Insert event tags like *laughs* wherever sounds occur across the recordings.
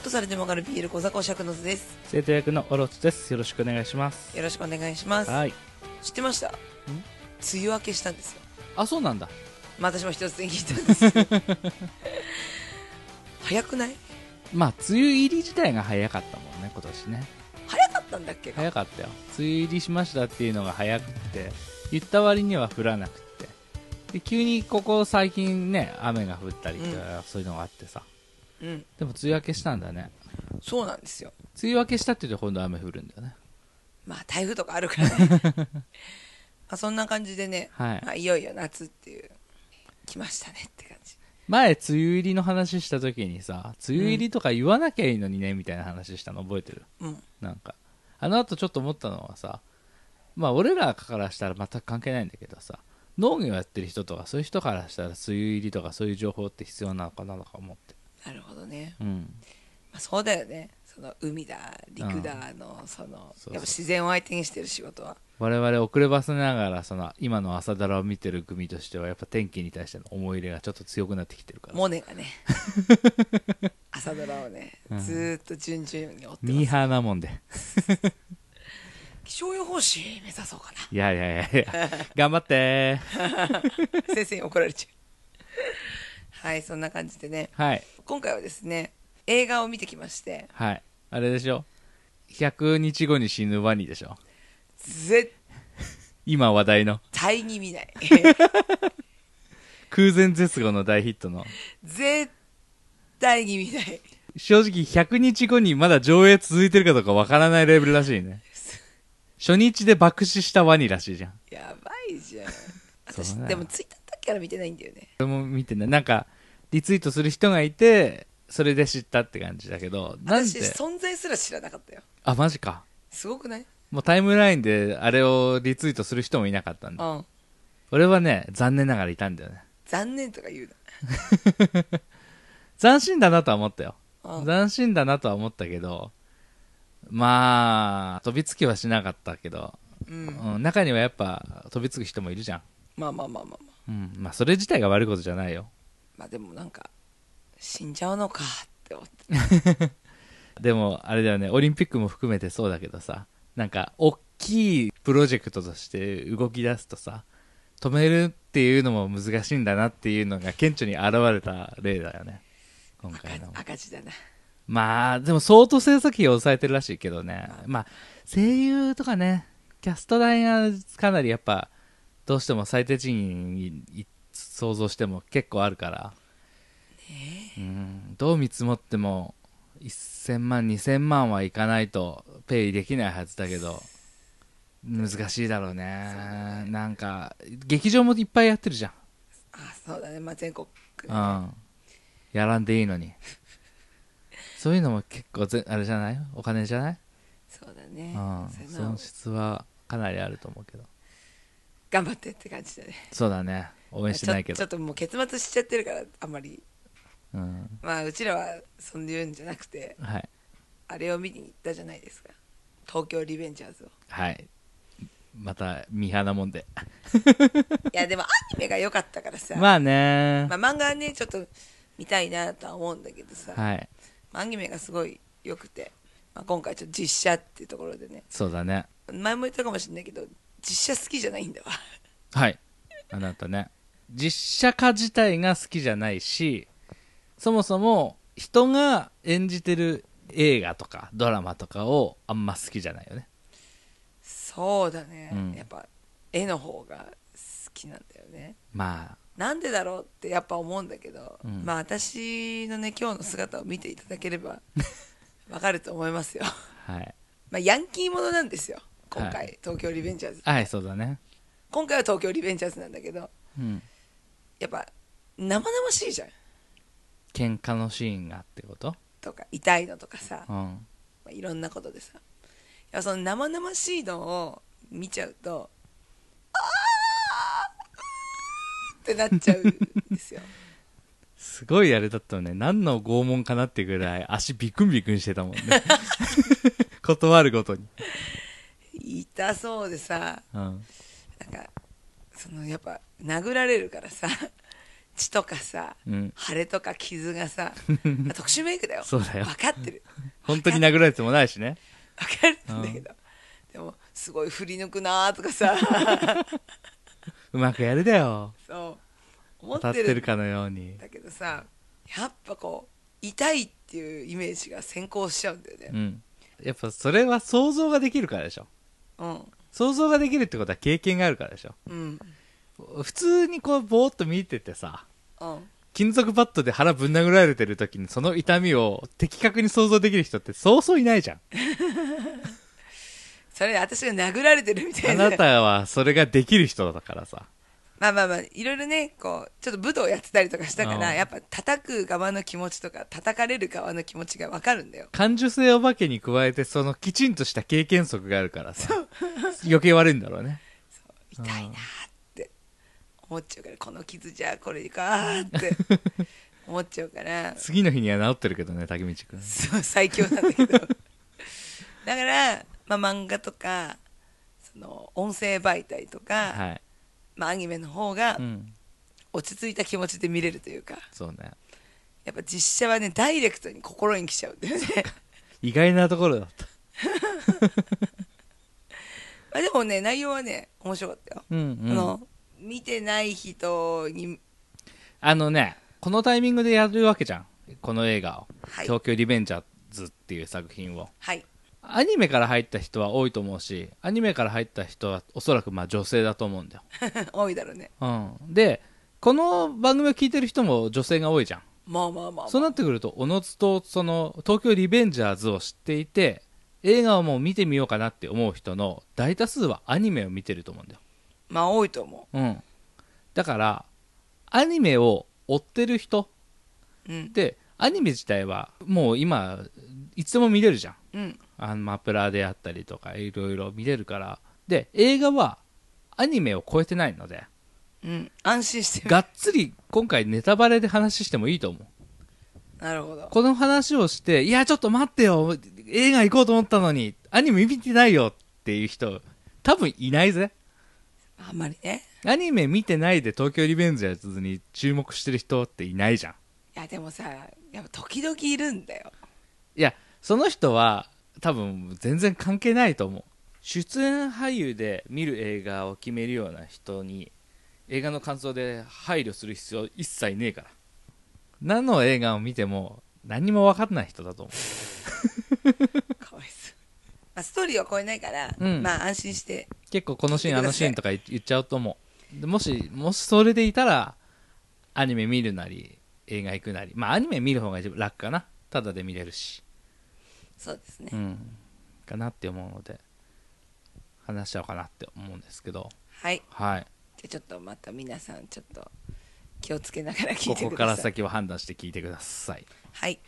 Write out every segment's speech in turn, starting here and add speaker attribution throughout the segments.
Speaker 1: トサルでもがるビール小坂尺の図です。
Speaker 2: 生徒役のオロチです。よろしくお願いします。
Speaker 1: よろしくお願いします。
Speaker 2: はい。
Speaker 1: 知ってました梅雨明けしたんですよ。
Speaker 2: あ、そうなんだ。
Speaker 1: まあ、私も一つに聞いたんですけど。 *laughs* 早くない
Speaker 2: まあ、梅雨入り自体が早かったもんね、今年ね。
Speaker 1: 早かったんだっけか
Speaker 2: 早かったよ。梅雨入りしましたっていうのが早くて、言った割には降らなくて。で、急にここ最近ね、雨が降ったりとか、そういうのがあってさ。
Speaker 1: うん。
Speaker 2: でも、梅雨明けしたんだね。
Speaker 1: そうなんですよ。
Speaker 2: 梅雨明けしたって言うと今度雨降るんだよね。
Speaker 1: まあ、台風とかあるから *laughs* ね。まあ、そんな感じでね、
Speaker 2: はい
Speaker 1: まあ、いよいよ夏っていう、来ましたねって感じ。
Speaker 2: 前、梅雨入りの話した時にさ、梅雨入りとか言わなきゃいいのにね、みたいな話したの覚えてる
Speaker 1: うん。
Speaker 2: なんかあの後ちょっと思ったのはさまあ俺らからしたら全く関係ないんだけどさ農業やってる人とかそういう人からしたら梅雨入りとかそういう情報って必要なのかなとか思って
Speaker 1: なるほどね。
Speaker 2: うん
Speaker 1: まあ、そうだよね。その海だ、陸だの、その、
Speaker 2: そうそう
Speaker 1: やっぱ自然を相手にしてる仕事は。
Speaker 2: 我々遅ればせながらその今の朝ドラを見てる組としてはやっぱ天気に対しての思い入れがちょっと強くなってきてるから
Speaker 1: モネが
Speaker 2: *laughs*
Speaker 1: ね朝ドラをねずーっと順々に追って
Speaker 2: ミー
Speaker 1: ます
Speaker 2: ハーなもんで
Speaker 1: 気象予報士目指そうか
Speaker 2: いやいやいやい *laughs* や頑張って
Speaker 1: な *laughs* 先生に怒られちゃう *laughs* はいそんな感じでね
Speaker 2: はい
Speaker 1: 今回はですね映画を見てきまして
Speaker 2: はいあれでしょ100日後に死ぬワニでしょ
Speaker 1: 絶
Speaker 2: 今話題の
Speaker 1: 対に見ない *laughs*
Speaker 2: 空前絶後の大ヒットの
Speaker 1: 絶対に見ない
Speaker 2: 正直100日後にまだ上映続いてるかどうかわからないレベルらしいね。初日で爆死したワニらしいじゃん。
Speaker 1: やばいじゃん私、
Speaker 2: *laughs* そうだよ
Speaker 1: でもツイッターだけから見てないんだよね
Speaker 2: 俺も見てない。なんか、リツイートする人がいて、それで知ったって感じだけど、なん
Speaker 1: 私
Speaker 2: で、
Speaker 1: 存在すら知らなかったよ
Speaker 2: あ、マジか。
Speaker 1: すごくない
Speaker 2: もうタイムラインであれをリツイートする人もいなかったん
Speaker 1: う
Speaker 2: だ。
Speaker 1: ん
Speaker 2: 俺はね、残念ながらいたんだよね。
Speaker 1: 残念とか言う
Speaker 2: 斬新だなとは思ったよ。
Speaker 1: なうん
Speaker 2: 斬新だなとは思ったけど、まあ、飛びつきはしなかったけど、
Speaker 1: うん
Speaker 2: うん、中にはやっぱ飛びつく人もいるじゃん。
Speaker 1: まあまあまあまあまあ
Speaker 2: うん、まあそれ自体が悪いことじゃないよ
Speaker 1: まあでもなんか死んじゃうのかって思って
Speaker 2: でもあれだよねオリンピックも含めてそうだけどさなんか大きいプロジェクトとして動き出すとさ止めるっていうのも難しいんだなっていうのが顕著に現れた例だよね今回の
Speaker 1: 赤赤字だな
Speaker 2: まあでも相当制作費を抑えてるらしいけどねまあ声優とかねキャスト代がかなりやっぱどうしても最低賃金い想像しても結構あるから、うんどう見積もっても1000万2000万はいかないとペイできないはずだけど難しいだろうねなんか劇場もいっぱいやってるじゃん
Speaker 1: あそうだねまあ全国区
Speaker 2: うん。やらんでいいのに。そういうのも結構ぜ、あれじゃないお金じゃない
Speaker 1: そうだ
Speaker 2: う
Speaker 1: ね
Speaker 2: ん
Speaker 1: そう。いうの
Speaker 2: 損失はかなりあると思うけど。
Speaker 1: 頑張ってって感じだね
Speaker 2: そうだね。応援してないけ
Speaker 1: ちょ
Speaker 2: ど。
Speaker 1: ちょっともう結末しちゃってるからあんまり
Speaker 2: うん。
Speaker 1: まあうちらはそんで言うんじゃなくて
Speaker 2: はい。
Speaker 1: あれを見に行ったじゃないですか東京リベンジャーズを
Speaker 2: はい。また、見花もんで。
Speaker 1: いやでもアニメが良かったからさ、ま
Speaker 2: まあね
Speaker 1: あ、漫画はねちょっと見たいなとは思うんだけどさ、
Speaker 2: はい。
Speaker 1: まあアニメがすごい良くて、まあ、今回ちょっと実写っていうところでね
Speaker 2: そうだね。
Speaker 1: 前も言ったかもしれないけど実写好きじゃないんだわ
Speaker 2: はい。あなたね。実写化自体が好きじゃないし、そもそも人が演じてる映画とかドラマとかをあんま好きじゃないよね。
Speaker 1: そうだね、
Speaker 2: うん
Speaker 1: やっぱ絵の方が好きなんだよね
Speaker 2: まあ、
Speaker 1: なんでだろうってやっぱ思うんだけど、
Speaker 2: うん
Speaker 1: まあ私のね今日の姿を見ていただけれ
Speaker 2: *laughs*
Speaker 1: ばわかると思いますよ
Speaker 2: はい。
Speaker 1: まあヤンキーものなんですよ今回、
Speaker 2: は
Speaker 1: 東京リベンジャーズ
Speaker 2: はい、そうだね。
Speaker 1: 今回は東京リベンジャーズなんだけど
Speaker 2: うん。
Speaker 1: やっぱ生々しいじゃん
Speaker 2: 喧嘩のシーンがってこと
Speaker 1: とか痛いのとかさ、
Speaker 2: う
Speaker 1: ま
Speaker 2: ん。
Speaker 1: あ、いろんなことでさやっぱその生々しいのを見ちゃうとあーうーってなっちゃうんですよ
Speaker 2: すごいあれだったよね。何の拷問かなってぐらい足ビクンビクンしてたもんね。 *laughs* 断るごとに。
Speaker 1: 痛そうでさ
Speaker 2: うん。
Speaker 1: なんかそのやっぱ殴られるからさ血とかさ、
Speaker 2: うん
Speaker 1: 腫れとか傷が
Speaker 2: *laughs*
Speaker 1: さ特殊メイクだよ
Speaker 2: そうだよ
Speaker 1: 分かってる
Speaker 2: 本当に殴られてもないしね
Speaker 1: 分かるんだけど、でもすごい振り抜くなーとか
Speaker 2: *laughs*
Speaker 1: さ
Speaker 2: うまくやるだよ
Speaker 1: そう思
Speaker 2: 当
Speaker 1: った
Speaker 2: ってて
Speaker 1: る
Speaker 2: る
Speaker 1: ん
Speaker 2: かのように
Speaker 1: だけどさやっぱこう痛いっていうイメージが先行しちゃうんだよね
Speaker 2: うんやっぱそれは想像ができるからでしょ
Speaker 1: うん
Speaker 2: 想像ができるってことは経験があるからでしょ
Speaker 1: うん
Speaker 2: 普通にこうぼーっと見ててさ
Speaker 1: うん
Speaker 2: 金属バットで腹ぶん殴られてる時にその痛みを的確に想像できる人ってそうそういない *laughs* じゃん
Speaker 1: それ私が殴られてるみた
Speaker 2: あ
Speaker 1: いな
Speaker 2: なたはそれができる人だからさ
Speaker 1: まあまあまあいろいろねこうちょっと武道やってたりとかしたか
Speaker 2: う
Speaker 1: ら
Speaker 2: ん
Speaker 1: やっぱ叩く側の気持ちとか叩かれる側の気持ちが分かるんだよ
Speaker 2: 感受性お化けに加えてそのきちんとした経験則があるからさ余計悪いんだろうね
Speaker 1: 痛いなーって思っちゃうからこの傷じゃこれかーって思っちゃう
Speaker 2: *laughs*
Speaker 1: から
Speaker 2: 次の日には治ってるけどね竹道くん
Speaker 1: そう *laughs* 最強なんだけどだから、まあ、漫画とかその音声媒体とか、
Speaker 2: はい、
Speaker 1: まあ、アニメの方が
Speaker 2: うん、
Speaker 1: 落ち着いた気持ちで見れるというか、
Speaker 2: そうね
Speaker 1: やっぱ実写はねダイレクトに心に来ちゃうんだよね
Speaker 2: 意外なところだった
Speaker 1: *laughs* まあでもね内容はね面白かったよ、
Speaker 2: うん
Speaker 1: あの見てない人に
Speaker 2: あのねこのタイミングでやるわけじゃんこの映画を「
Speaker 1: はい
Speaker 2: 東京リベンジャーズ」っていう作品を
Speaker 1: はい *laughs*
Speaker 2: アニメから入った人は多いと思うしアニメから入った人はおそらくまあ女性だと思うんだよ、
Speaker 1: 多いだろうね
Speaker 2: うん、でこの番組を聞いてる人も女性が多いじゃん
Speaker 1: まあまあまあ、まあ、
Speaker 2: そうなってくるとおのずとその東京リベンジャーズを知っていて映画をもう見てみようかなって思う人の大多数はアニメを見てると思うんだよ、
Speaker 1: まあ多いと思
Speaker 2: うん、だからアニメを追ってる人
Speaker 1: ううん
Speaker 2: でアニメ自体はもう今いつでも見れるじゃん
Speaker 1: うん
Speaker 2: あのマプラであったりとかいろいろ見れるからで映画はアニメを超えてないので
Speaker 1: うん安心してる
Speaker 2: がっつり今回ネタバレで話してもいいと思う
Speaker 1: なるほど
Speaker 2: この話をしていやちょっと待ってよ映画行こうと思ったのにアニメ見てないよっていう人多分いないぜ
Speaker 1: あんまりね
Speaker 2: アニメ見てないで東京リベンジャーズに注目してる人っていないじゃん
Speaker 1: いやでもさやっぱ時々いるんだよ
Speaker 2: いやその人は多分全然関係ないと思う出演俳優で見る映画を決めるような人に映画の感想で配慮する必要一切ねえから何の映画を見ても何にも分かんない人だと思
Speaker 1: *laughs* かわいそう、まあ、ストーリーは超えないから、
Speaker 2: うん
Speaker 1: まあ安心して
Speaker 2: う結構このシーンあのシーンとか言言っちゃうと思うでもしもしそれでいたらアニメ見るなり映画行くなりまあアニメ見る方が一番楽かなタダで見れるし
Speaker 1: そうですね、
Speaker 2: うんかなって思うので話しちゃおうかなって思うんですけど
Speaker 1: はい
Speaker 2: はい
Speaker 1: じゃあちょっとまた皆さんちょっと気をつけながら聞
Speaker 2: こ
Speaker 1: いて
Speaker 2: こ
Speaker 1: く
Speaker 2: か
Speaker 1: だ
Speaker 2: ら
Speaker 1: さい
Speaker 2: 先は判断して聞いてください
Speaker 1: はい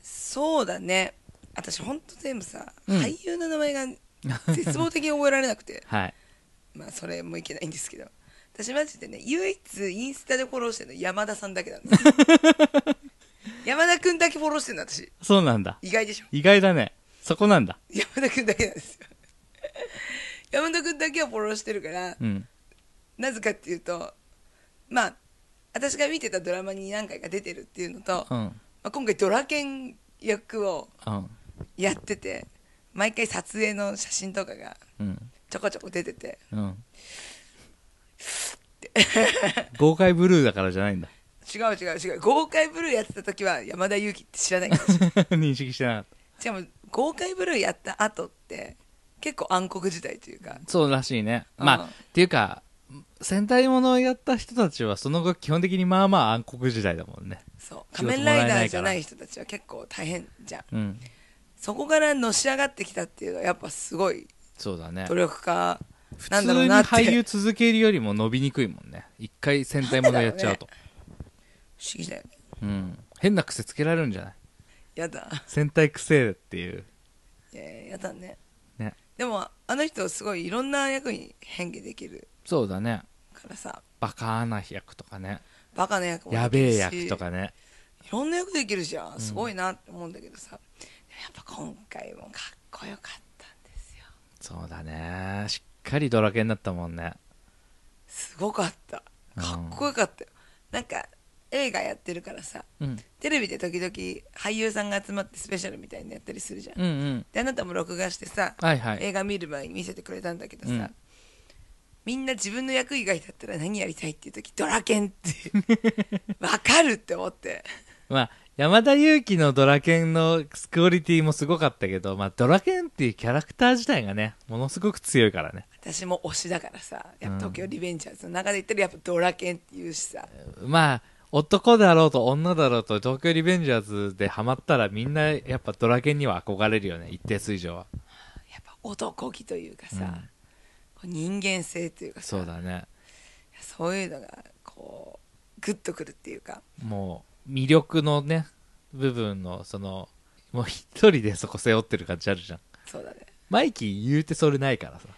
Speaker 1: そうだね私ほんと全部さ、
Speaker 2: うん
Speaker 1: 俳優の名前が絶望的に覚えられなくて *laughs*
Speaker 2: はい
Speaker 1: まあそれもいけないんですけど私マジでね唯一インスタでフォローしてるの山田さんだけなん
Speaker 2: *laughs*
Speaker 1: ですよ山田君だけフォローしてるの私
Speaker 2: そうなんだ
Speaker 1: 意外でしょ
Speaker 2: 意外だねそこなんだ
Speaker 1: 山田君だけなんですよ山田君だけはフォローしてるから
Speaker 2: うん
Speaker 1: なぜかっていうとまあ私が見てたドラマに何回か出てるっていうのと、
Speaker 2: う
Speaker 1: ま
Speaker 2: ん
Speaker 1: あ、今回ドラケン役を
Speaker 2: うん
Speaker 1: やってて毎回撮影の写真とかが
Speaker 2: うん
Speaker 1: ちょこちょこ出てて *laughs*
Speaker 2: うん豪快ブルーだからじゃないんだ *laughs*
Speaker 1: 違う違う違う豪快ブルーやってた時は山田裕貴って知らない
Speaker 2: *laughs*
Speaker 1: から
Speaker 2: 認識してなかっ
Speaker 1: しかも豪快ブルーやった後って結構暗黒時代というか
Speaker 2: たそうらしいね
Speaker 1: うん
Speaker 2: まあっていうか戦隊ものをやった人たちはその後基本的にまあまあ暗黒時代だもんね
Speaker 1: そう
Speaker 2: 仕事
Speaker 1: 仮
Speaker 2: もら
Speaker 1: 面ラ
Speaker 2: えないから
Speaker 1: イダーじゃない人たちは結構大変じゃん
Speaker 2: うん
Speaker 1: そこからのし上がってきたっていうのはやっぱすごい
Speaker 2: そうだね
Speaker 1: 努力家
Speaker 2: 普
Speaker 1: な
Speaker 2: 通
Speaker 1: ん
Speaker 2: に
Speaker 1: だろうなって
Speaker 2: 俳優続けるよりも伸びにくいもんね一回戦隊ものやっちゃうと
Speaker 1: 不思議だよね
Speaker 2: うん変な癖つけられるんじゃない
Speaker 1: やだ
Speaker 2: 戦隊癖っていう
Speaker 1: いややだね
Speaker 2: ね
Speaker 1: でもあの人すごいいろんな役に変化できる
Speaker 2: そうだね
Speaker 1: からさ
Speaker 2: バカな役とかね
Speaker 1: バカな役も
Speaker 2: や
Speaker 1: できる
Speaker 2: べ
Speaker 1: し
Speaker 2: え役とかね
Speaker 1: いろんな役できるじゃんすごいなって思うんだけどさ、でもやっぱ今回もかっこよかったんですよ
Speaker 2: そうだねしっかりドラケンだったもんね
Speaker 1: すごかったかっこよかったよ、なんか映画やってるからさ
Speaker 2: うん
Speaker 1: テレビで時々俳優さんが集まってスペシャルみたいなのやったりするじゃん、
Speaker 2: うんうん
Speaker 1: であなたも録画してさ、
Speaker 2: はいはい
Speaker 1: 映画見る前に見せてくれたんだけどさ、
Speaker 2: うん
Speaker 1: みんな自分の役以外だったら何やりたいっていう時ドラケンって
Speaker 2: *laughs*
Speaker 1: わかるって思って
Speaker 2: まあ山田裕貴のドラケンのクオリティもすごかったけど、まあ、ドラケンっていうキャラクター自体がねものすごく強いからね
Speaker 1: 私も推しだからさやっ
Speaker 2: う
Speaker 1: ぱ
Speaker 2: ん
Speaker 1: 東京リベンジャーズの中で言ったらやっぱドラケンっていうしさ、
Speaker 2: まあ男だろうと女だろうと東京リベンジャーズでハマったらみんなやっぱドラケンには憧れるよね一定数以上は
Speaker 1: やっぱ男気というかさ、
Speaker 2: うん
Speaker 1: こう人間性というかさ
Speaker 2: そうだね
Speaker 1: そういうのがこうグッとくるっていうか
Speaker 2: もう魅力のね部分のそのもう一人でそこ背負ってる感じあるじゃん
Speaker 1: そうだね
Speaker 2: マイキー言うてそれないからさ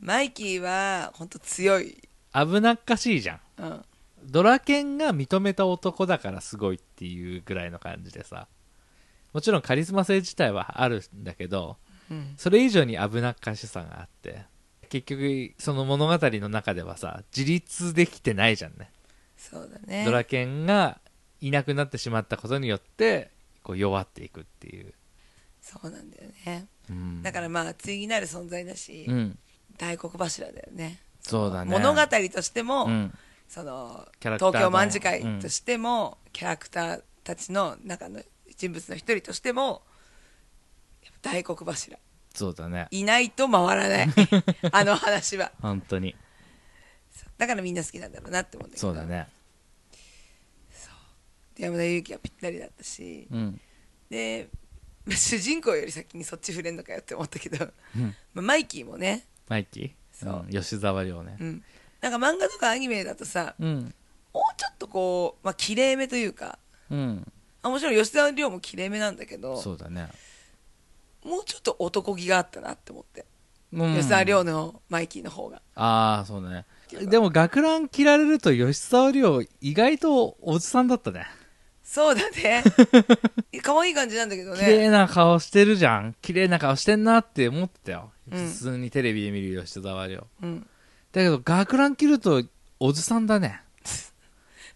Speaker 1: マイキーは本当強い、
Speaker 2: 危なっかしいじゃん
Speaker 1: うん、
Speaker 2: ドラケンが認めた男だからすごいっていうぐらいの感じでさもちろんカリスマ性自体はあるんだけど
Speaker 1: うん
Speaker 2: それ以上に危なっかしさがあって結局その物語の中ではさ自立できてないじゃんね
Speaker 1: そうだね
Speaker 2: ドラケンがいなくなってしまったことによってこう弱っていくっていう、
Speaker 1: そうなんだよね
Speaker 2: うん、
Speaker 1: だからまあ次なる存在だし、
Speaker 2: うん
Speaker 1: 大黒柱だよね
Speaker 2: そうだね
Speaker 1: 物語としても、
Speaker 2: うん
Speaker 1: その
Speaker 2: キャラクターの
Speaker 1: 東京卍会としても、キャラクターたちの中の人物の一人としてもやっぱ大黒柱
Speaker 2: そうだね
Speaker 1: いないと回らない
Speaker 2: *laughs*
Speaker 1: あの話は
Speaker 2: 本当に
Speaker 1: だからみんな好きなんだろうなって思うんだけど
Speaker 2: そうだね
Speaker 1: 山田裕貴はぴったりだったし
Speaker 2: うん
Speaker 1: で主人公より先にそっち触れんのかよって思ったけど、
Speaker 2: うん
Speaker 1: まあマイキーもね、
Speaker 2: マイキー
Speaker 1: そうん
Speaker 2: 吉沢亮ね
Speaker 1: うん、なんか漫画とかアニメだとさ
Speaker 2: うん
Speaker 1: もうちょっとこう、まあ、きれいめというか
Speaker 2: うん
Speaker 1: あもちろん吉沢亮もきれいめなんだけど
Speaker 2: そうだね
Speaker 1: もうちょっと男気があったなって思って、
Speaker 2: うん
Speaker 1: 吉沢亮のマイキーの方が
Speaker 2: ああそうだねでも学ラン着られると吉沢亮意外とおじさんだったね
Speaker 1: そうだね
Speaker 2: *laughs*
Speaker 1: 可愛い感じなんだけど
Speaker 2: 綺麗
Speaker 1: ね
Speaker 2: な顔してるじゃん綺麗な顔してんなって思ってたよ、
Speaker 1: うん
Speaker 2: 普通にテレビで見る吉沢亮
Speaker 1: うん
Speaker 2: だけど学ラン着るとおじさんだね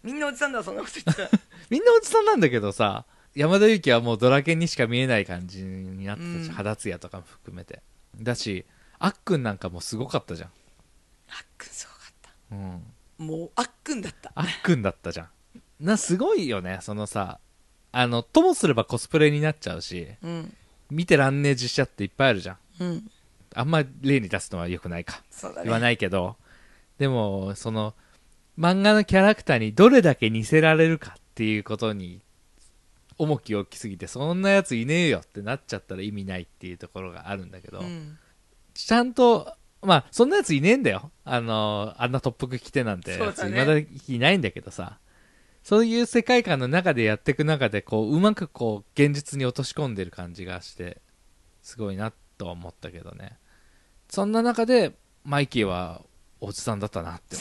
Speaker 1: みんなおじさんだわそんなこと言ったら
Speaker 2: みんなおじさんなんだけどさ山田裕貴はもうドラケンにしか見えない感じになってたじゃん、
Speaker 1: うん
Speaker 2: 肌ツヤとかも含めてだしあっくんなんかもすごかったじゃ
Speaker 1: あっくんすごかっ
Speaker 2: ん、うん、
Speaker 1: たもうあっくんだった
Speaker 2: あっくんだったじゃん *laughs* なすごいよねそのさあのともすればコスプレになっちゃうし
Speaker 1: うん
Speaker 2: 見てらんねえ実写っていっぱいあるじゃん
Speaker 1: うん
Speaker 2: あんま例に出すのは良くないか
Speaker 1: そうだね
Speaker 2: 言わないけど、でもその漫画のキャラクターにどれだけ似せられるかっていうことに重きを置きすぎてそんなやついねえよってなっちゃったら意味ないっていうところがあるんだけど、
Speaker 1: うん
Speaker 2: ちゃんとまあそんなやついねえんだよあのあんな特服着てなんて
Speaker 1: そう
Speaker 2: やつ
Speaker 1: だ
Speaker 2: い
Speaker 1: ね
Speaker 2: まだいないんだけどさそういう世界観の中でやっていく中でこううまくこう現実に落とし込んでる感じがしてすごいなとは思ったけどねそんな中でマイキーはおじさんだったなって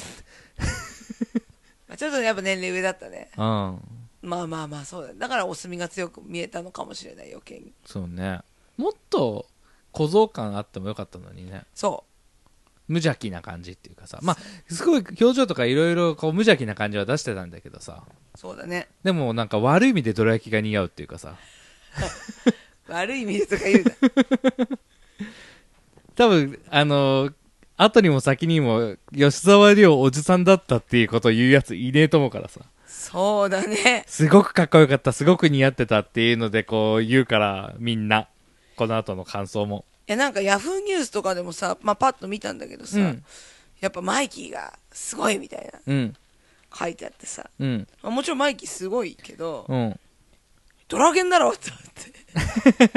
Speaker 1: まあ、ちょっとやっぱ年齢上だったね
Speaker 2: 思ってうん
Speaker 1: まあまあまあそうだねだからお墨が強く見えたのかもしれない余計に
Speaker 2: そうねもっと小僧感あってもよかったのにね
Speaker 1: そ
Speaker 2: 無邪気な感じっていうかさまあすごい表情とかいろいろ無邪気な感じは出してたんだけどさ
Speaker 1: うそうだね
Speaker 2: でもなんか悪い意味でどら焼きが似合うっていうかさ
Speaker 1: 悪い意味でとか言うな
Speaker 2: *laughs* 多分あのー後にも先にも吉沢亮おじさんだったっていうことを言うやついねえと思うからさ
Speaker 1: そうだね
Speaker 2: すごくかっこよかったすごく似合ってたっていうのでこう言うからみんなこの後の感想も
Speaker 1: いやなんかヤフーニュースとかでもさ、まあ、パッと見たんだけどさ、
Speaker 2: うん
Speaker 1: やっぱマイキーがすごいみたいな
Speaker 2: うん
Speaker 1: 書いてあってさ、
Speaker 2: うん
Speaker 1: まあ、もちろんマイキーすごいけど、
Speaker 2: うん
Speaker 1: ドラゲンだろって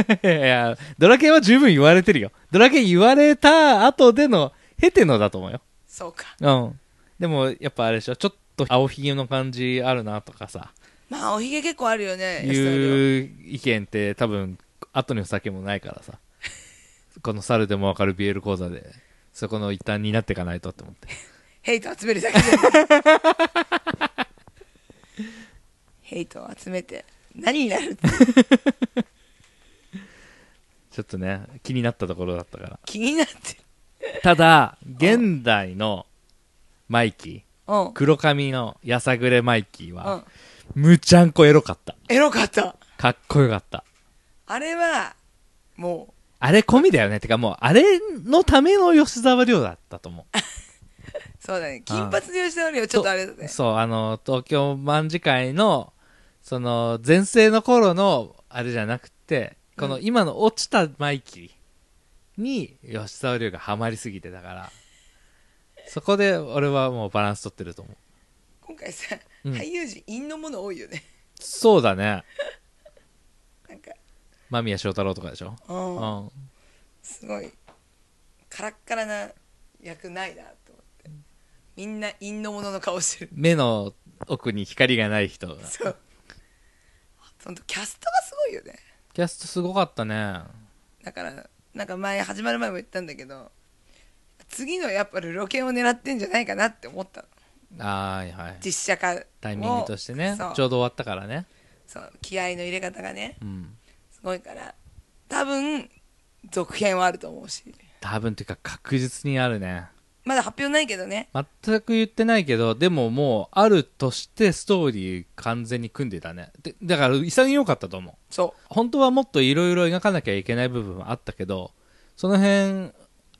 Speaker 1: 思って *laughs*
Speaker 2: *laughs* いやドラケンは十分言われてるよドラケン言われた後での経てのだと思うよ
Speaker 1: そうか
Speaker 2: うんでもやっぱあれでしょちょっと青ひげの感じあるなとかさ
Speaker 1: まあおひげ結構あるよ *laughs* ね安田亮
Speaker 2: いう意見って多分後にお酒もな
Speaker 1: *laughs*
Speaker 2: いからさこの猿でもわかる BL 講座でそこの一端になっていかないとっ
Speaker 1: *laughs*
Speaker 2: て思って
Speaker 1: ヘイト集めるだけで
Speaker 2: *laughs*
Speaker 1: ヘイトを集めて何になるって
Speaker 2: ちょっとね気になったところだったか
Speaker 1: 気になって
Speaker 2: らただ現代のマイキー
Speaker 1: うん
Speaker 2: 黒髪のやさぐれマイキー
Speaker 1: うん
Speaker 2: はむちゃんこエロかった。
Speaker 1: エロかった
Speaker 2: かっこよかった。
Speaker 1: あれはも
Speaker 2: あれ込みだよね。てかもう、あれのための吉沢亮だったと思う。
Speaker 1: うそうだね金髪の吉沢亮ちょっとあれだね
Speaker 2: そう、あの、東京卍会の、その、前世の頃の、あれじゃなくて、この今の落ちたマイキーに、吉沢亮がハマりすぎてたから、そこで俺はもうバランス取ってると思う。
Speaker 1: 今回さ、
Speaker 2: うん
Speaker 1: 俳優陣陰のもの多いよね
Speaker 2: そうだね。
Speaker 1: なんか
Speaker 2: 間宮祥太郎とかでしょ。
Speaker 1: うん
Speaker 2: うん。
Speaker 1: すごいカラッカラな役ないなと思ってみんな陰のものの顔してる *laughs*
Speaker 2: 目の奥に光がない人が。
Speaker 1: そうほんとキャストがすごいよね
Speaker 2: キャストすごかったね。
Speaker 1: だからなんか前始まる前も言ったんだけど次のやっぱルロケンを狙ってんじゃないかなって思ったの
Speaker 2: はいはい。
Speaker 1: 実写化を
Speaker 2: タイミングとしてね
Speaker 1: そう。
Speaker 2: ちょうど終わったからね。
Speaker 1: そう気合の入れ方がね
Speaker 2: うん。
Speaker 1: すごいから多分続編はあると思うし
Speaker 2: 多分っていうか確実にあるね。
Speaker 1: まだ発表ないけどね
Speaker 2: 全く言ってないけど、でももうあるとしてストーリー完全に組んでたね。でだから潔かったと思う。
Speaker 1: そ
Speaker 2: 本当はもっといろいろ描かなきゃいけない部分はあったけど、その辺、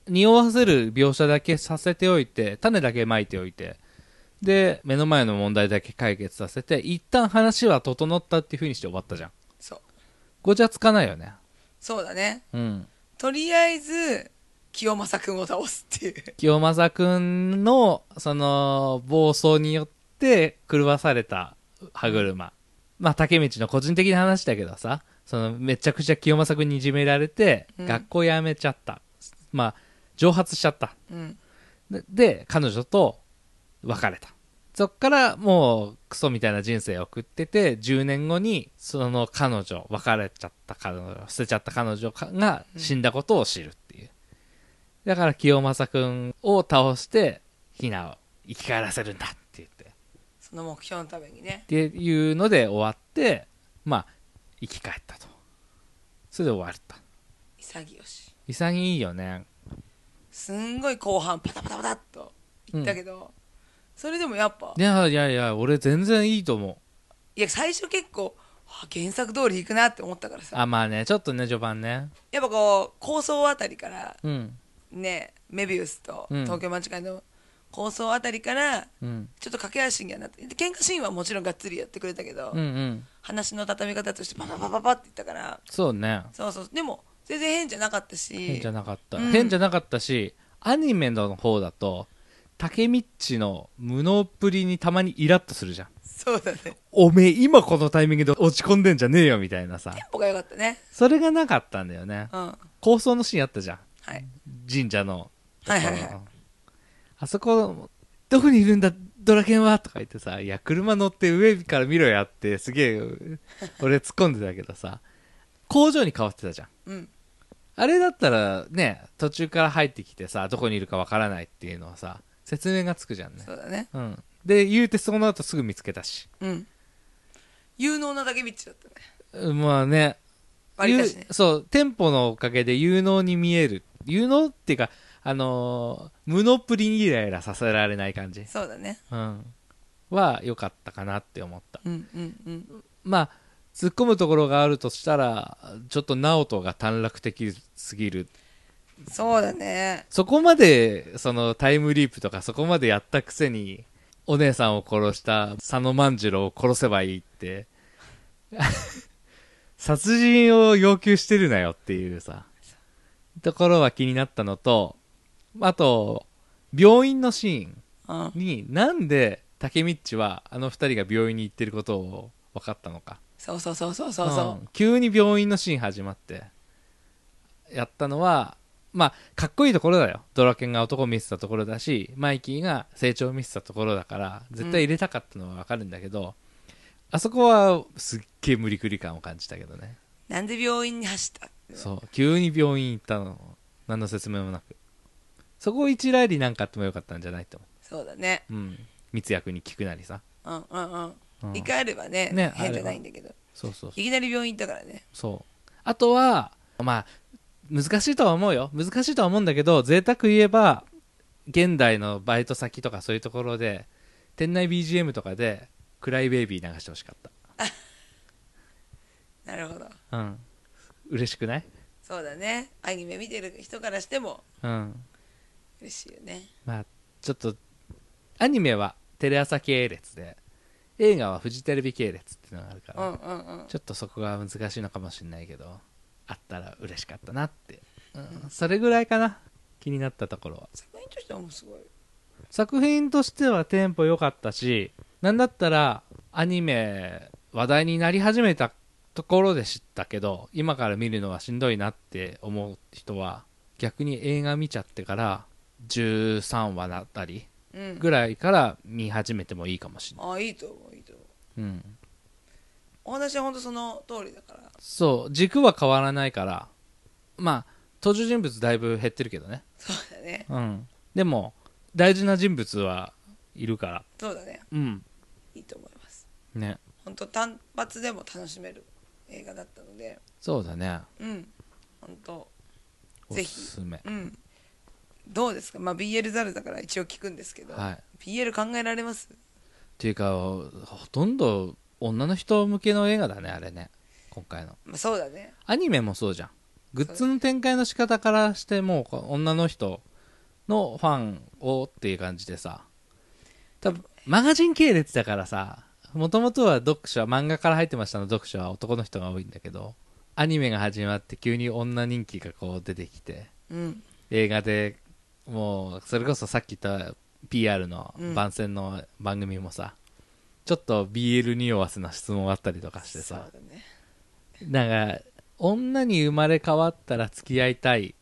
Speaker 2: 匂わせる描写だけさせておいて、種だけまいておいて、で、目の前の問題だけ解決させて、一旦話は整ったっていう風にして終わったじゃん。
Speaker 1: うそう
Speaker 2: ごちゃつかないよね。
Speaker 1: そうだね
Speaker 2: うん。
Speaker 1: とりあえず清正君を倒すっていう
Speaker 2: 清正くんの、その、暴走によって狂わされた歯車。まあ、竹道の個人的な話だけどさ、その、めちゃくちゃ清正くんにいじめられて、
Speaker 1: うん
Speaker 2: 学校辞めちゃった。まあ、蒸発しちゃった。
Speaker 1: うん
Speaker 2: でで、彼女と別れた。そっからもうクソみたいな人生を送ってて、10年後にその彼女、別れちゃった彼女、捨てちゃった彼女かが死んだことを知るっていう。だから清正くんを倒して、ヒナを生き返らせるんだって言って。
Speaker 1: その目標のためにね
Speaker 2: っていうので終わって、まあ、生き返ったと。それで終わった。
Speaker 1: 潔し
Speaker 2: 潔いよね。
Speaker 1: すんごい後半パタパタパタっといったけど、それでもやっぱ
Speaker 2: いやいやいや、俺全然いいと思う。
Speaker 1: いや最初結構あ原作通りいくなって思ったからさ
Speaker 2: あ、まあね、ちょっとね、序盤ね。
Speaker 1: やっぱこう構想あたりから
Speaker 2: うん。
Speaker 1: ねメビウスと
Speaker 2: うん
Speaker 1: 東京町会の構想あたりから
Speaker 2: うん。
Speaker 1: ちょっと駆け足にはなってで喧嘩シーンはもちろんがっつりやってくれたけど、
Speaker 2: うんうん。
Speaker 1: 話の畳み方としてパパパパパっていったから
Speaker 2: そうね。
Speaker 1: そうそうでも全然変じゃなかったし
Speaker 2: 変じゃなかった。
Speaker 1: うん
Speaker 2: 変じゃなかったし、アニメの方だと、竹道の無能っぷりにたまにイラッとするじゃん。
Speaker 1: そうだねテン
Speaker 2: おめえ今このタイミングで落ち込んでんじゃねえよみたいなさ。
Speaker 1: ポが良かったね
Speaker 2: それがなかったんだよね
Speaker 1: う。んはい
Speaker 2: 構想のシーンあったじゃん。
Speaker 1: はい
Speaker 2: 神社の。
Speaker 1: はいはい
Speaker 2: あそこ、どこにいるんだドラケンはとか言ってさ、いや、車乗って上から見ろやって、すげえ、俺突っ込んでたけどさ、工場に変わってたじゃん。
Speaker 1: うん
Speaker 2: あれだったらね、途中から入ってきてさ、どこにいるかわからないっていうのはさ、説明がつくじゃんね
Speaker 1: そ。うだね
Speaker 2: うん。で、言うてその後すぐ見つけたし。
Speaker 1: うん有能なだけ道だったね
Speaker 2: うんまあね。
Speaker 1: 割りかしね
Speaker 2: ゆうそう、店舗のおかげで有能に見える。有能っていうか、あのー無能っぷりにイライラさせられない感じ。
Speaker 1: そうだね
Speaker 2: うん。は良かったかなって思った。
Speaker 1: うんうんうん
Speaker 2: まあ、突っ込むところがあるとしたら、ちょっと直人が短絡的すぎる
Speaker 1: そうだね
Speaker 2: そこまで、そのタイムリープとかそこまでやったくせに、お姉さんを殺した佐野万次郎を殺せばいいって、 *laughs* 殺人を要求してるなよっていうさ、ところは気になったのと、あと、病院のシーン
Speaker 1: うん
Speaker 2: に、なんで竹道はあの二人が病院に行ってることを分かったのか。
Speaker 1: そうそうそうそうそうそう
Speaker 2: うん急に病院のシーン始まってやったのはまあかっこいいところだよドラケンが男を見せたところだしマイキーが成長を見せたところだから絶対入れたかったのはわかるんだけど、あそこはすっげえ無理くり感を感じたけどね
Speaker 1: なんで病院に走った
Speaker 2: そう急に病院行ったの何の説明もなくそこ一ライリなんかあってもよかったんじゃないと思
Speaker 1: そうだね
Speaker 2: ううん密約に聞くなりさ
Speaker 1: うんうんうん
Speaker 2: うん
Speaker 1: 一回あればね
Speaker 2: ね
Speaker 1: 変じゃないんだけど
Speaker 2: そうそう
Speaker 1: いきなり病院行ったからね
Speaker 2: そう。あとは、まあ、難しいとは思うよ。難しいとは思うんだけど、贅沢言えば、現代のバイト先とかそういうところで、店内 BGM とかで、クライベイビー流してほしかっ
Speaker 1: なるほど
Speaker 2: た。うん。嬉しくない
Speaker 1: そうだねアニメ見てる人からしても
Speaker 2: うん。
Speaker 1: 嬉しいよね
Speaker 2: まあ、ちょっと、アニメはテレ朝系列で、映画はフジテレビ系列っていうのがあるか
Speaker 1: う
Speaker 2: ら、
Speaker 1: んうんうん
Speaker 2: ちょっとそこが難しいのかもしれないけど、あったら嬉しかったなって。うん、それぐらいかな。気になったところは。
Speaker 1: 作品としてはもうすごい
Speaker 2: 作品としてはテンポ良かったしなんだったらアニメ話題になり始めたところで知ったけど今から見るのはしんどいなって思う人は逆に映画見ちゃってから13話だったり
Speaker 1: うん
Speaker 2: ぐらいから見始めてもいいかもしれない、
Speaker 1: あいいと思ういいと思う
Speaker 2: うん、
Speaker 1: お話は本当その通りだから
Speaker 2: そう軸は変わらないからまあ登場人物だいぶ減ってるけどね、
Speaker 1: そうだね
Speaker 2: うん、でも大事な人物はいるから
Speaker 1: そうだね
Speaker 2: うん
Speaker 1: いいと思います
Speaker 2: ね
Speaker 1: 本当単発でも楽しめる映画だったので
Speaker 2: そうだね
Speaker 1: うん本当
Speaker 2: お
Speaker 1: ぜ
Speaker 2: す
Speaker 1: ひ
Speaker 2: すめ
Speaker 1: うんどうですかまあ BL ザルだから一応聞くんですけど、
Speaker 2: はい、っ
Speaker 1: BL 考えられます
Speaker 2: ていうかほとんど女の人向けの映画だねあれね今回の
Speaker 1: まあそうだね
Speaker 2: アニメもそうじゃんグッズの展開の仕方からしてもう女の人のファンをっていう感じでさ多分マガジン系列だからさもともとは読書は漫画から入ってましたの読書は男の人が多いんだけどアニメが始まって急に女人気がこう出てきて
Speaker 1: うん
Speaker 2: 映画でもうそれこそさっき言った PR の
Speaker 1: うん
Speaker 2: 番宣の番組もさ、ちょっと BL に弱せな質問があったりとかしてさ
Speaker 1: そうだね
Speaker 2: なんか女に生まれ変わったら付き合いたい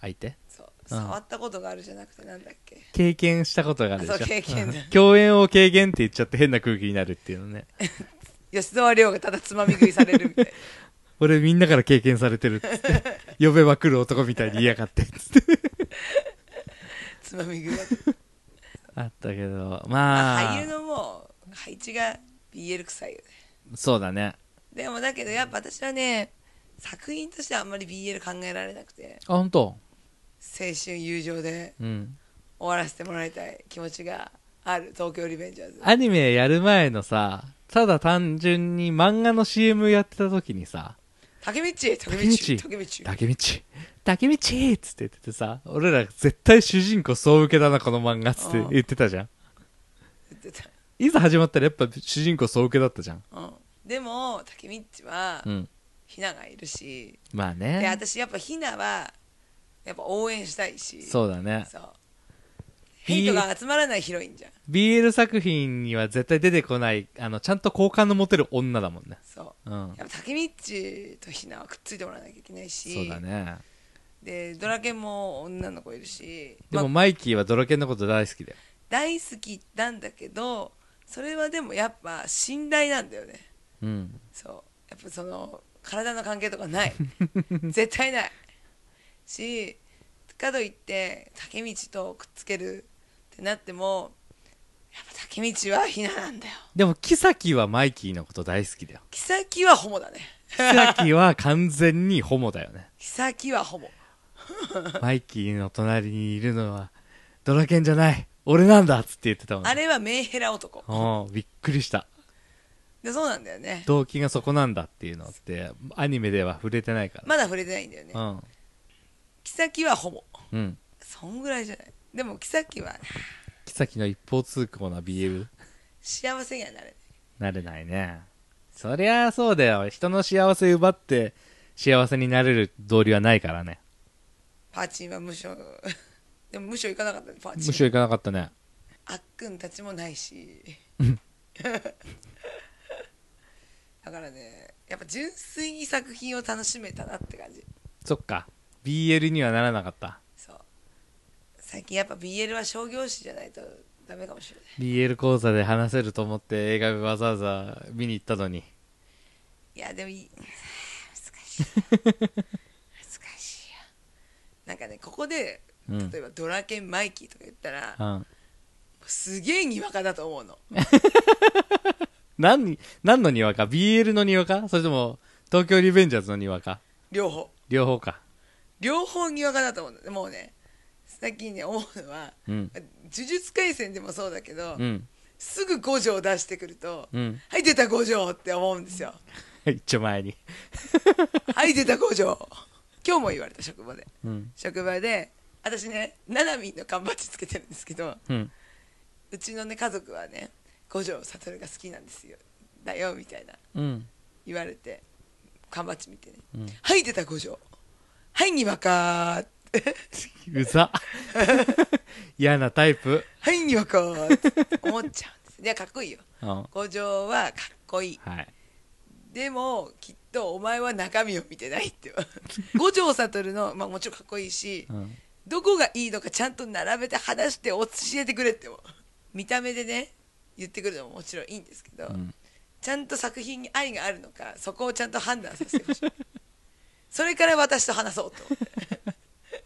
Speaker 2: 相手
Speaker 1: そう
Speaker 2: うん
Speaker 1: 触ったことがあるじゃなくてなんだっけ
Speaker 2: 経験したことがあるでし
Speaker 1: あそ
Speaker 2: ょ
Speaker 1: う経験
Speaker 2: うん共演を経験って言っちゃって変な空気になるっていうの
Speaker 1: *laughs*
Speaker 2: ね
Speaker 1: 吉沢亮がただつまみ食いされるみ
Speaker 2: *laughs*
Speaker 1: たいな
Speaker 2: 俺みんなから経験されてるっつって呼べば来る男みたいに言いやが
Speaker 1: *laughs*
Speaker 2: ってっつって
Speaker 1: つまみ食いだ
Speaker 2: あったけど
Speaker 1: ま
Speaker 2: ま
Speaker 1: あ
Speaker 2: あ
Speaker 1: 俳優のもう配置が BL 臭いよね
Speaker 2: そうだね
Speaker 1: でもだけどやっぱ私はね作品としてはあんまり BL 考えられなくて
Speaker 2: あ本当
Speaker 1: 青春友情で
Speaker 2: うん
Speaker 1: 終わらせてもらいたい気持ちがある東京リベンジャーズ
Speaker 2: アニメやる前のさ、ただ単純に漫画の CM やってた時にさ、
Speaker 1: 竹道竹道
Speaker 2: 竹道
Speaker 1: 竹道
Speaker 2: 竹道、竹道っつって言っててさ、俺ら絶対主人公総受けだな、この漫画っつって
Speaker 1: うん
Speaker 2: 言ってたじゃん。
Speaker 1: 言ってた、
Speaker 2: いざ始まったらやっぱ主人公総受けだったじゃん。
Speaker 1: うん、でも竹道は
Speaker 2: うん。
Speaker 1: ひながいるし、
Speaker 2: まあ
Speaker 1: で
Speaker 2: ね。
Speaker 1: 私やっぱひなはやっぱ応援したいし
Speaker 2: そうだね。
Speaker 1: そうヘイトが集まらないヒロインじゃん
Speaker 2: BL 作品には絶対出てこない、あの、ちゃんと好感の持てる女だもんね。
Speaker 1: そう
Speaker 2: うん。
Speaker 1: やっぱ竹道とひなはくっついてもらわなきゃいけないし
Speaker 2: そうだね。
Speaker 1: でドラケンも女の子いるし
Speaker 2: でも
Speaker 1: まあ
Speaker 2: マイキーはドラケンのこと大好きだよ。
Speaker 1: 大好きなんだけどそれはでもやっぱ信頼なんだよね
Speaker 2: うん。
Speaker 1: そうやっぱその体の関係とか *laughs* ない絶対ないしかといって竹道とくっつけるってなってもやっぱ竹道はひななんだよ
Speaker 2: でも、キサキはマイキーのこと大好きだよ。
Speaker 1: 妃はホモだね
Speaker 2: キサキは完全にホモだよ
Speaker 1: *laughs*
Speaker 2: ね。
Speaker 1: 妃はホモ
Speaker 2: マイキーの隣にいるのは、ドラケンじゃない、俺なんだっつって言ってたもんね。
Speaker 1: あれはメンヘラ男
Speaker 2: うん、びっくりした。
Speaker 1: でそうなんだよね
Speaker 2: 動機がそこなんだっていうのって、アニメでは触れてないから。
Speaker 1: まだ触れてないんだよね妃はホモ
Speaker 2: うん。うん。
Speaker 1: そんぐらいじゃないでも妃は
Speaker 2: キサキの一方通行
Speaker 1: *laughs*
Speaker 2: な BL、
Speaker 1: 幸せにはなれない
Speaker 2: なれないね。そりゃあそうだよ。人の幸せ奪って、幸せになれる道理はないからね。
Speaker 1: パーチンは無償 *laughs* でも無償行かなかったねパーチン
Speaker 2: むしろ行かなかったね。
Speaker 1: あっくんたちもないし *laughs* だからねやっぱ純粋に作品を楽しめたなって感じ
Speaker 2: そっか。BL にはならなかった。
Speaker 1: そう最近やっぱ BL は商業誌じゃないとダメかもしれない
Speaker 2: BL 講座で話せると思って映画わざわざ見に行ったのに。
Speaker 1: いやでもい
Speaker 2: *sighs*
Speaker 1: い難しい難しいよなんかねここで
Speaker 2: うん
Speaker 1: 例えばドラケンマイキーとか言ったら、
Speaker 2: うん。
Speaker 1: すげえにわかだと思うの
Speaker 2: 何、何のにわか ?BL のにわかそれとも、東京リベンジャーズのにわか
Speaker 1: 両方
Speaker 2: 両方か。
Speaker 1: 両方にわかだと思うのでもうね最近ね思うのは
Speaker 2: うん。
Speaker 1: 呪術廻戦でもそうだけど、
Speaker 2: うん。
Speaker 1: すぐ5条出してくると「
Speaker 2: うん。
Speaker 1: はい出た5条」って思うん
Speaker 2: *laughs*
Speaker 1: ですよ
Speaker 2: *laughs* 一丁前に。
Speaker 1: 「はい出た5条」今日も言われた職場で
Speaker 2: うん。
Speaker 1: 職場で私ねななみんの缶バッジつけてるんですけど
Speaker 2: うん。
Speaker 1: うちのね家族はね五条悟が好きなんですよだよみたいな
Speaker 2: うん。
Speaker 1: 言われて缶バッジ見てね
Speaker 2: うん
Speaker 1: 「はい出た五条」「はいにわかー」
Speaker 2: うざ。 *laughs* 嫌なタイプ。
Speaker 1: はいにわかー」って *laughs* 思っちゃうんですいやかっこいいよ
Speaker 2: うん。は
Speaker 1: 五条はかっこいい
Speaker 2: い。
Speaker 1: でもきっとお前は中身を見てないって *laughs* 五条悟の、まあ、もちろんかっこいいし
Speaker 2: うん。
Speaker 1: どこがいいのかちゃんと並べて話して教えてくれっても見た目でね言ってくるのももちろんいいんですけど、
Speaker 2: うん
Speaker 1: ちゃんと作品に愛があるのかそこをちゃんと判断させてほしいそれから私と話そうと思って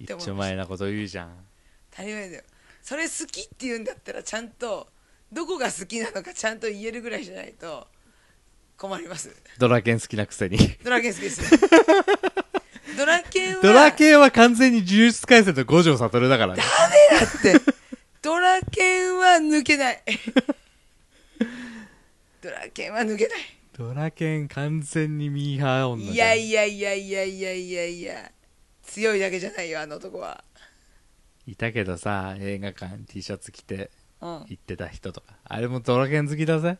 Speaker 2: 一丁前なこと言うじゃん。
Speaker 1: 当たり前だよそれ好きって言うんだったらちゃんとどこが好きなのかちゃんと言えるぐらいじゃないと困ります
Speaker 2: ドラケン好きなくせに。
Speaker 1: ドラケン好きです
Speaker 2: *laughs*
Speaker 1: ドラケンは
Speaker 2: ドラケンは完全に呪術廻戦と五条悟だからね。
Speaker 1: だってドラケンは抜け
Speaker 2: *laughs*
Speaker 1: ないドラケンは抜けない
Speaker 2: ドラケン完全にミーハー女じゃん
Speaker 1: いやいやいやいやいやいやいや強いだけじゃないよあの男はい
Speaker 2: たけどさ、映画館 T シャツ着て
Speaker 1: うん
Speaker 2: 行ってた人とか。あれもドラケン好きだぜ。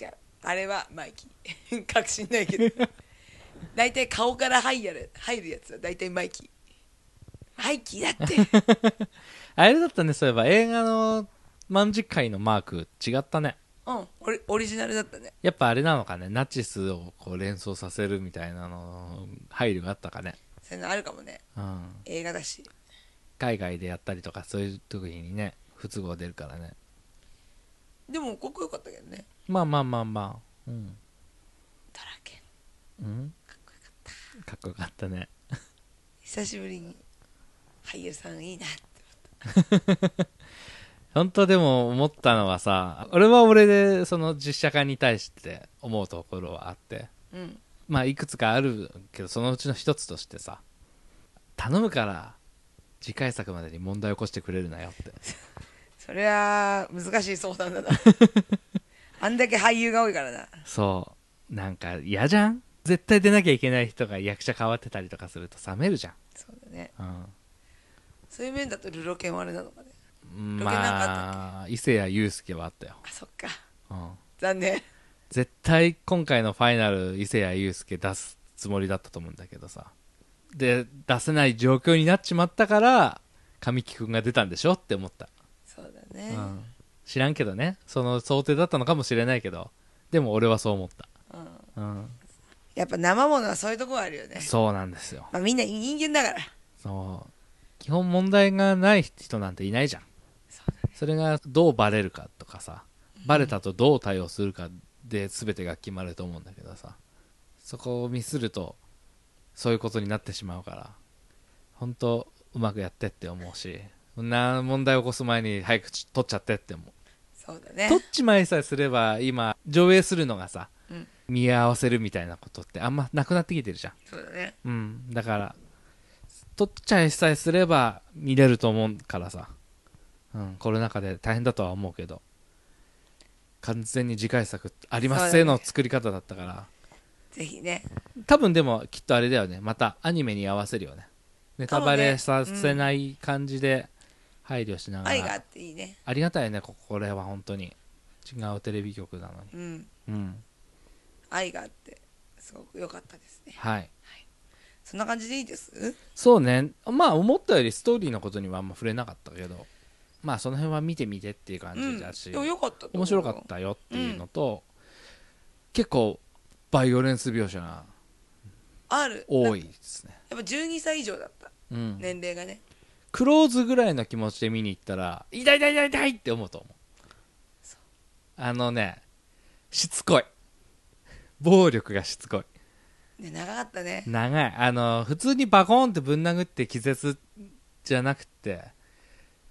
Speaker 1: 違うあれはマイキー *laughs* 確信ないけど大体顔から入る入るやつは大体マイキーマイキー
Speaker 2: *laughs*
Speaker 1: だって
Speaker 2: あれだったね、そういえば映画の万実会のマーク違ったね。
Speaker 1: うんオリオリジナルだったね
Speaker 2: やっぱあれなのかね、ナチスをこう連想させるみたいなの、配慮があったかね。
Speaker 1: そういうのあるかもね
Speaker 2: うん。
Speaker 1: 映画だし
Speaker 2: 海外でやったりとか、そういう時にね、不都合出るからね。
Speaker 1: でもここ良かったけどね
Speaker 2: まあまあまあまあ。うん。
Speaker 1: ドラケン
Speaker 2: うん
Speaker 1: かっこよかった
Speaker 2: かっこよかったね。
Speaker 1: 久しぶりに俳優さんいいなって
Speaker 2: 本当でも思ったのはさ、俺は俺でその実写化に対して思うところはあって、
Speaker 1: うん
Speaker 2: まあいくつかあるけど、そのうちの一つとしてさ、頼むから次回作までに問題起こしてくれるなよって。
Speaker 1: それは難しい相談だ
Speaker 2: *laughs*
Speaker 1: なあんだけ俳優が多いからな
Speaker 2: そう。なんか嫌じゃん絶対出なきゃいけない人が役者変わってたりとかすると冷めるじゃん。
Speaker 1: そうだね
Speaker 2: うん。
Speaker 1: そういう面だとルロケンはあれなのかねロケなんか
Speaker 2: まあ、伊勢谷友介はあったよ。
Speaker 1: あそっか
Speaker 2: うん。
Speaker 1: 残念
Speaker 2: 絶対今回のファイナル伊勢谷友介出すつもりだったと思うんだけどさで出せない状況になっちまったから神木君が出たんでしょって思った、
Speaker 1: そうだ
Speaker 2: う
Speaker 1: ね
Speaker 2: ん、知らんけどねその想定だったのかもしれないけどでも俺はそう思った、
Speaker 1: うん、
Speaker 2: うん、
Speaker 1: やっぱ生ものはそういうところあるよね
Speaker 2: そうなんですよ
Speaker 1: まあみんな人間だから
Speaker 2: そう基本問題がない人なんていないじゃん
Speaker 1: そうだ
Speaker 2: それがどうバレるかとかさバレたとどう対応するかで全てが決まると思うんだけどさそこをミスるとそういうことになってしまうから本当うまくやってって思うしそんな問題起こす前に早く取っちゃってって思う
Speaker 1: そうだね
Speaker 2: 取っちまいさえすれば今上映するのがさ
Speaker 1: うん
Speaker 2: 見合わせるみたいなことってあんまなくなってきてるじゃん
Speaker 1: そうだね
Speaker 2: うん、だから、取っちゃいさえすれば見れると思うからさ、うん、コロナ禍で大変だとは思うけど、完全に次回作ありますせーの作り方だったから、
Speaker 1: ぜひね
Speaker 2: 多分でもきっとあれだよね、またアニメに合わせるよね。ネタバ
Speaker 1: か
Speaker 2: レ
Speaker 1: も
Speaker 2: さ
Speaker 1: ね
Speaker 2: せない感じで配慮しなが
Speaker 1: 愛が
Speaker 2: ら、
Speaker 1: あっていいね
Speaker 2: ありがたいね、ここれは本当に。違うテレビ局なのに。
Speaker 1: うん
Speaker 2: うん、
Speaker 1: 愛があってすごく良かったですね
Speaker 2: はい。
Speaker 1: そんな感じでいいです
Speaker 2: そうねまあ思ったよりストーリーのことにはあんま触れなかったけどまあその辺は見てみてっていう感
Speaker 1: うん
Speaker 2: じだし、
Speaker 1: でも良かったと思う
Speaker 2: 面白かったよっていうのと、結構バイオレンス描写が
Speaker 1: ある
Speaker 2: 多
Speaker 1: い
Speaker 2: いですね、
Speaker 1: やっぱ12歳以上だった
Speaker 2: うん、
Speaker 1: 年齢がね
Speaker 2: クローズぐらいの気持ちで見に行ったら痛い痛い痛い痛いって思うと思うあのねしつこい暴力がしつこい
Speaker 1: ね長かったね
Speaker 2: 長いあの普通にバコーンってぶん殴って気絶じゃなくて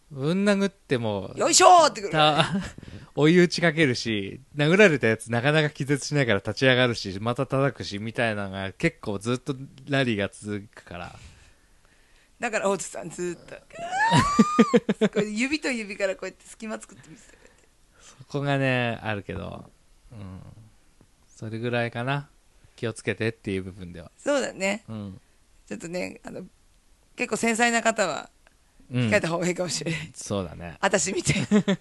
Speaker 2: ぶん殴っても
Speaker 1: よいしょーってくる
Speaker 2: た *laughs* 追い打ちかけるし殴られたやつなかなか気絶しないから立ち上がるしまた叩くしみたいなのが結構ずっとラリーが続くから *laughs*
Speaker 1: だから大津さんずーっとこう指と指からこうやって隙間作って見てたから
Speaker 2: こがねあるけど、うん、それぐらいかな気をつけてっていう部分では
Speaker 1: そうだね
Speaker 2: うん、
Speaker 1: ちょっとねあの結構繊細な方は
Speaker 2: う
Speaker 1: 控
Speaker 2: ん
Speaker 1: え、た方がいいかもしれない、
Speaker 2: そうだね
Speaker 1: 私みたいな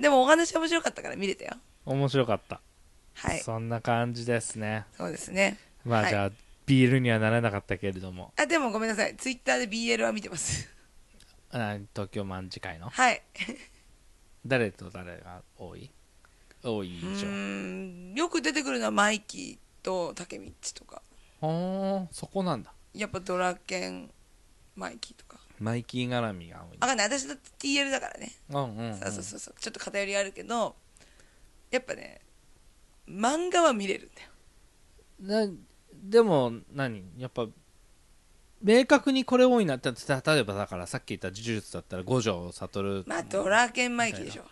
Speaker 1: でもお話面白かったから見れたよ
Speaker 2: 面白かった、
Speaker 1: はいそ
Speaker 2: そんな感じですね
Speaker 1: うですね
Speaker 2: まあ、
Speaker 1: はい
Speaker 2: じゃあビールにはならなかったけれども
Speaker 1: あでもごめんなさいツイッターで BL は見てます
Speaker 2: あ東京卍会の
Speaker 1: はい
Speaker 2: 誰と誰が多い多いう以上
Speaker 1: ーんよく出てくるのはマイキーとタケミッチとか
Speaker 2: ほーそこなんだ
Speaker 1: やっぱドラケンマイキーとか
Speaker 2: マイキー絡みが多い
Speaker 1: あかんない私だって TL だからね、
Speaker 2: うんうん、うん、
Speaker 1: そうそうそうそうちょっと偏りあるけどやっぱね漫画は見れるんだよ
Speaker 2: なでも何やっぱ明確にこれ多いなってた例えばだからさっき言った呪術だったら五条悟
Speaker 1: まあドラケンマイキーでしょ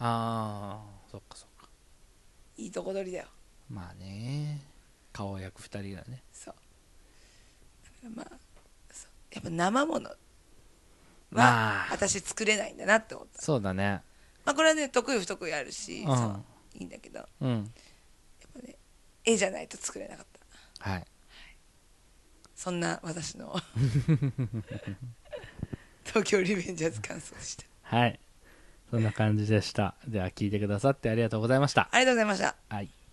Speaker 2: あーそっかそっか
Speaker 1: いいとこ取りだよ
Speaker 2: まあね顔役二人だね
Speaker 1: そうだからまあそうやっぱ生もの
Speaker 2: まあ
Speaker 1: 私作れないんだなって思った
Speaker 2: そうだね
Speaker 1: まあこれはね得意不得意あるし、
Speaker 2: うん
Speaker 1: そういいんだけどやっ
Speaker 2: うん
Speaker 1: ぱね絵じゃないと作れなかった
Speaker 2: はい
Speaker 1: そんな私
Speaker 2: *laughs*
Speaker 1: の東京リベンジャーズ感想でした
Speaker 2: はいそんな感じでしたでは聞いてくださってありがとうございました
Speaker 1: ありがとうございました
Speaker 2: はい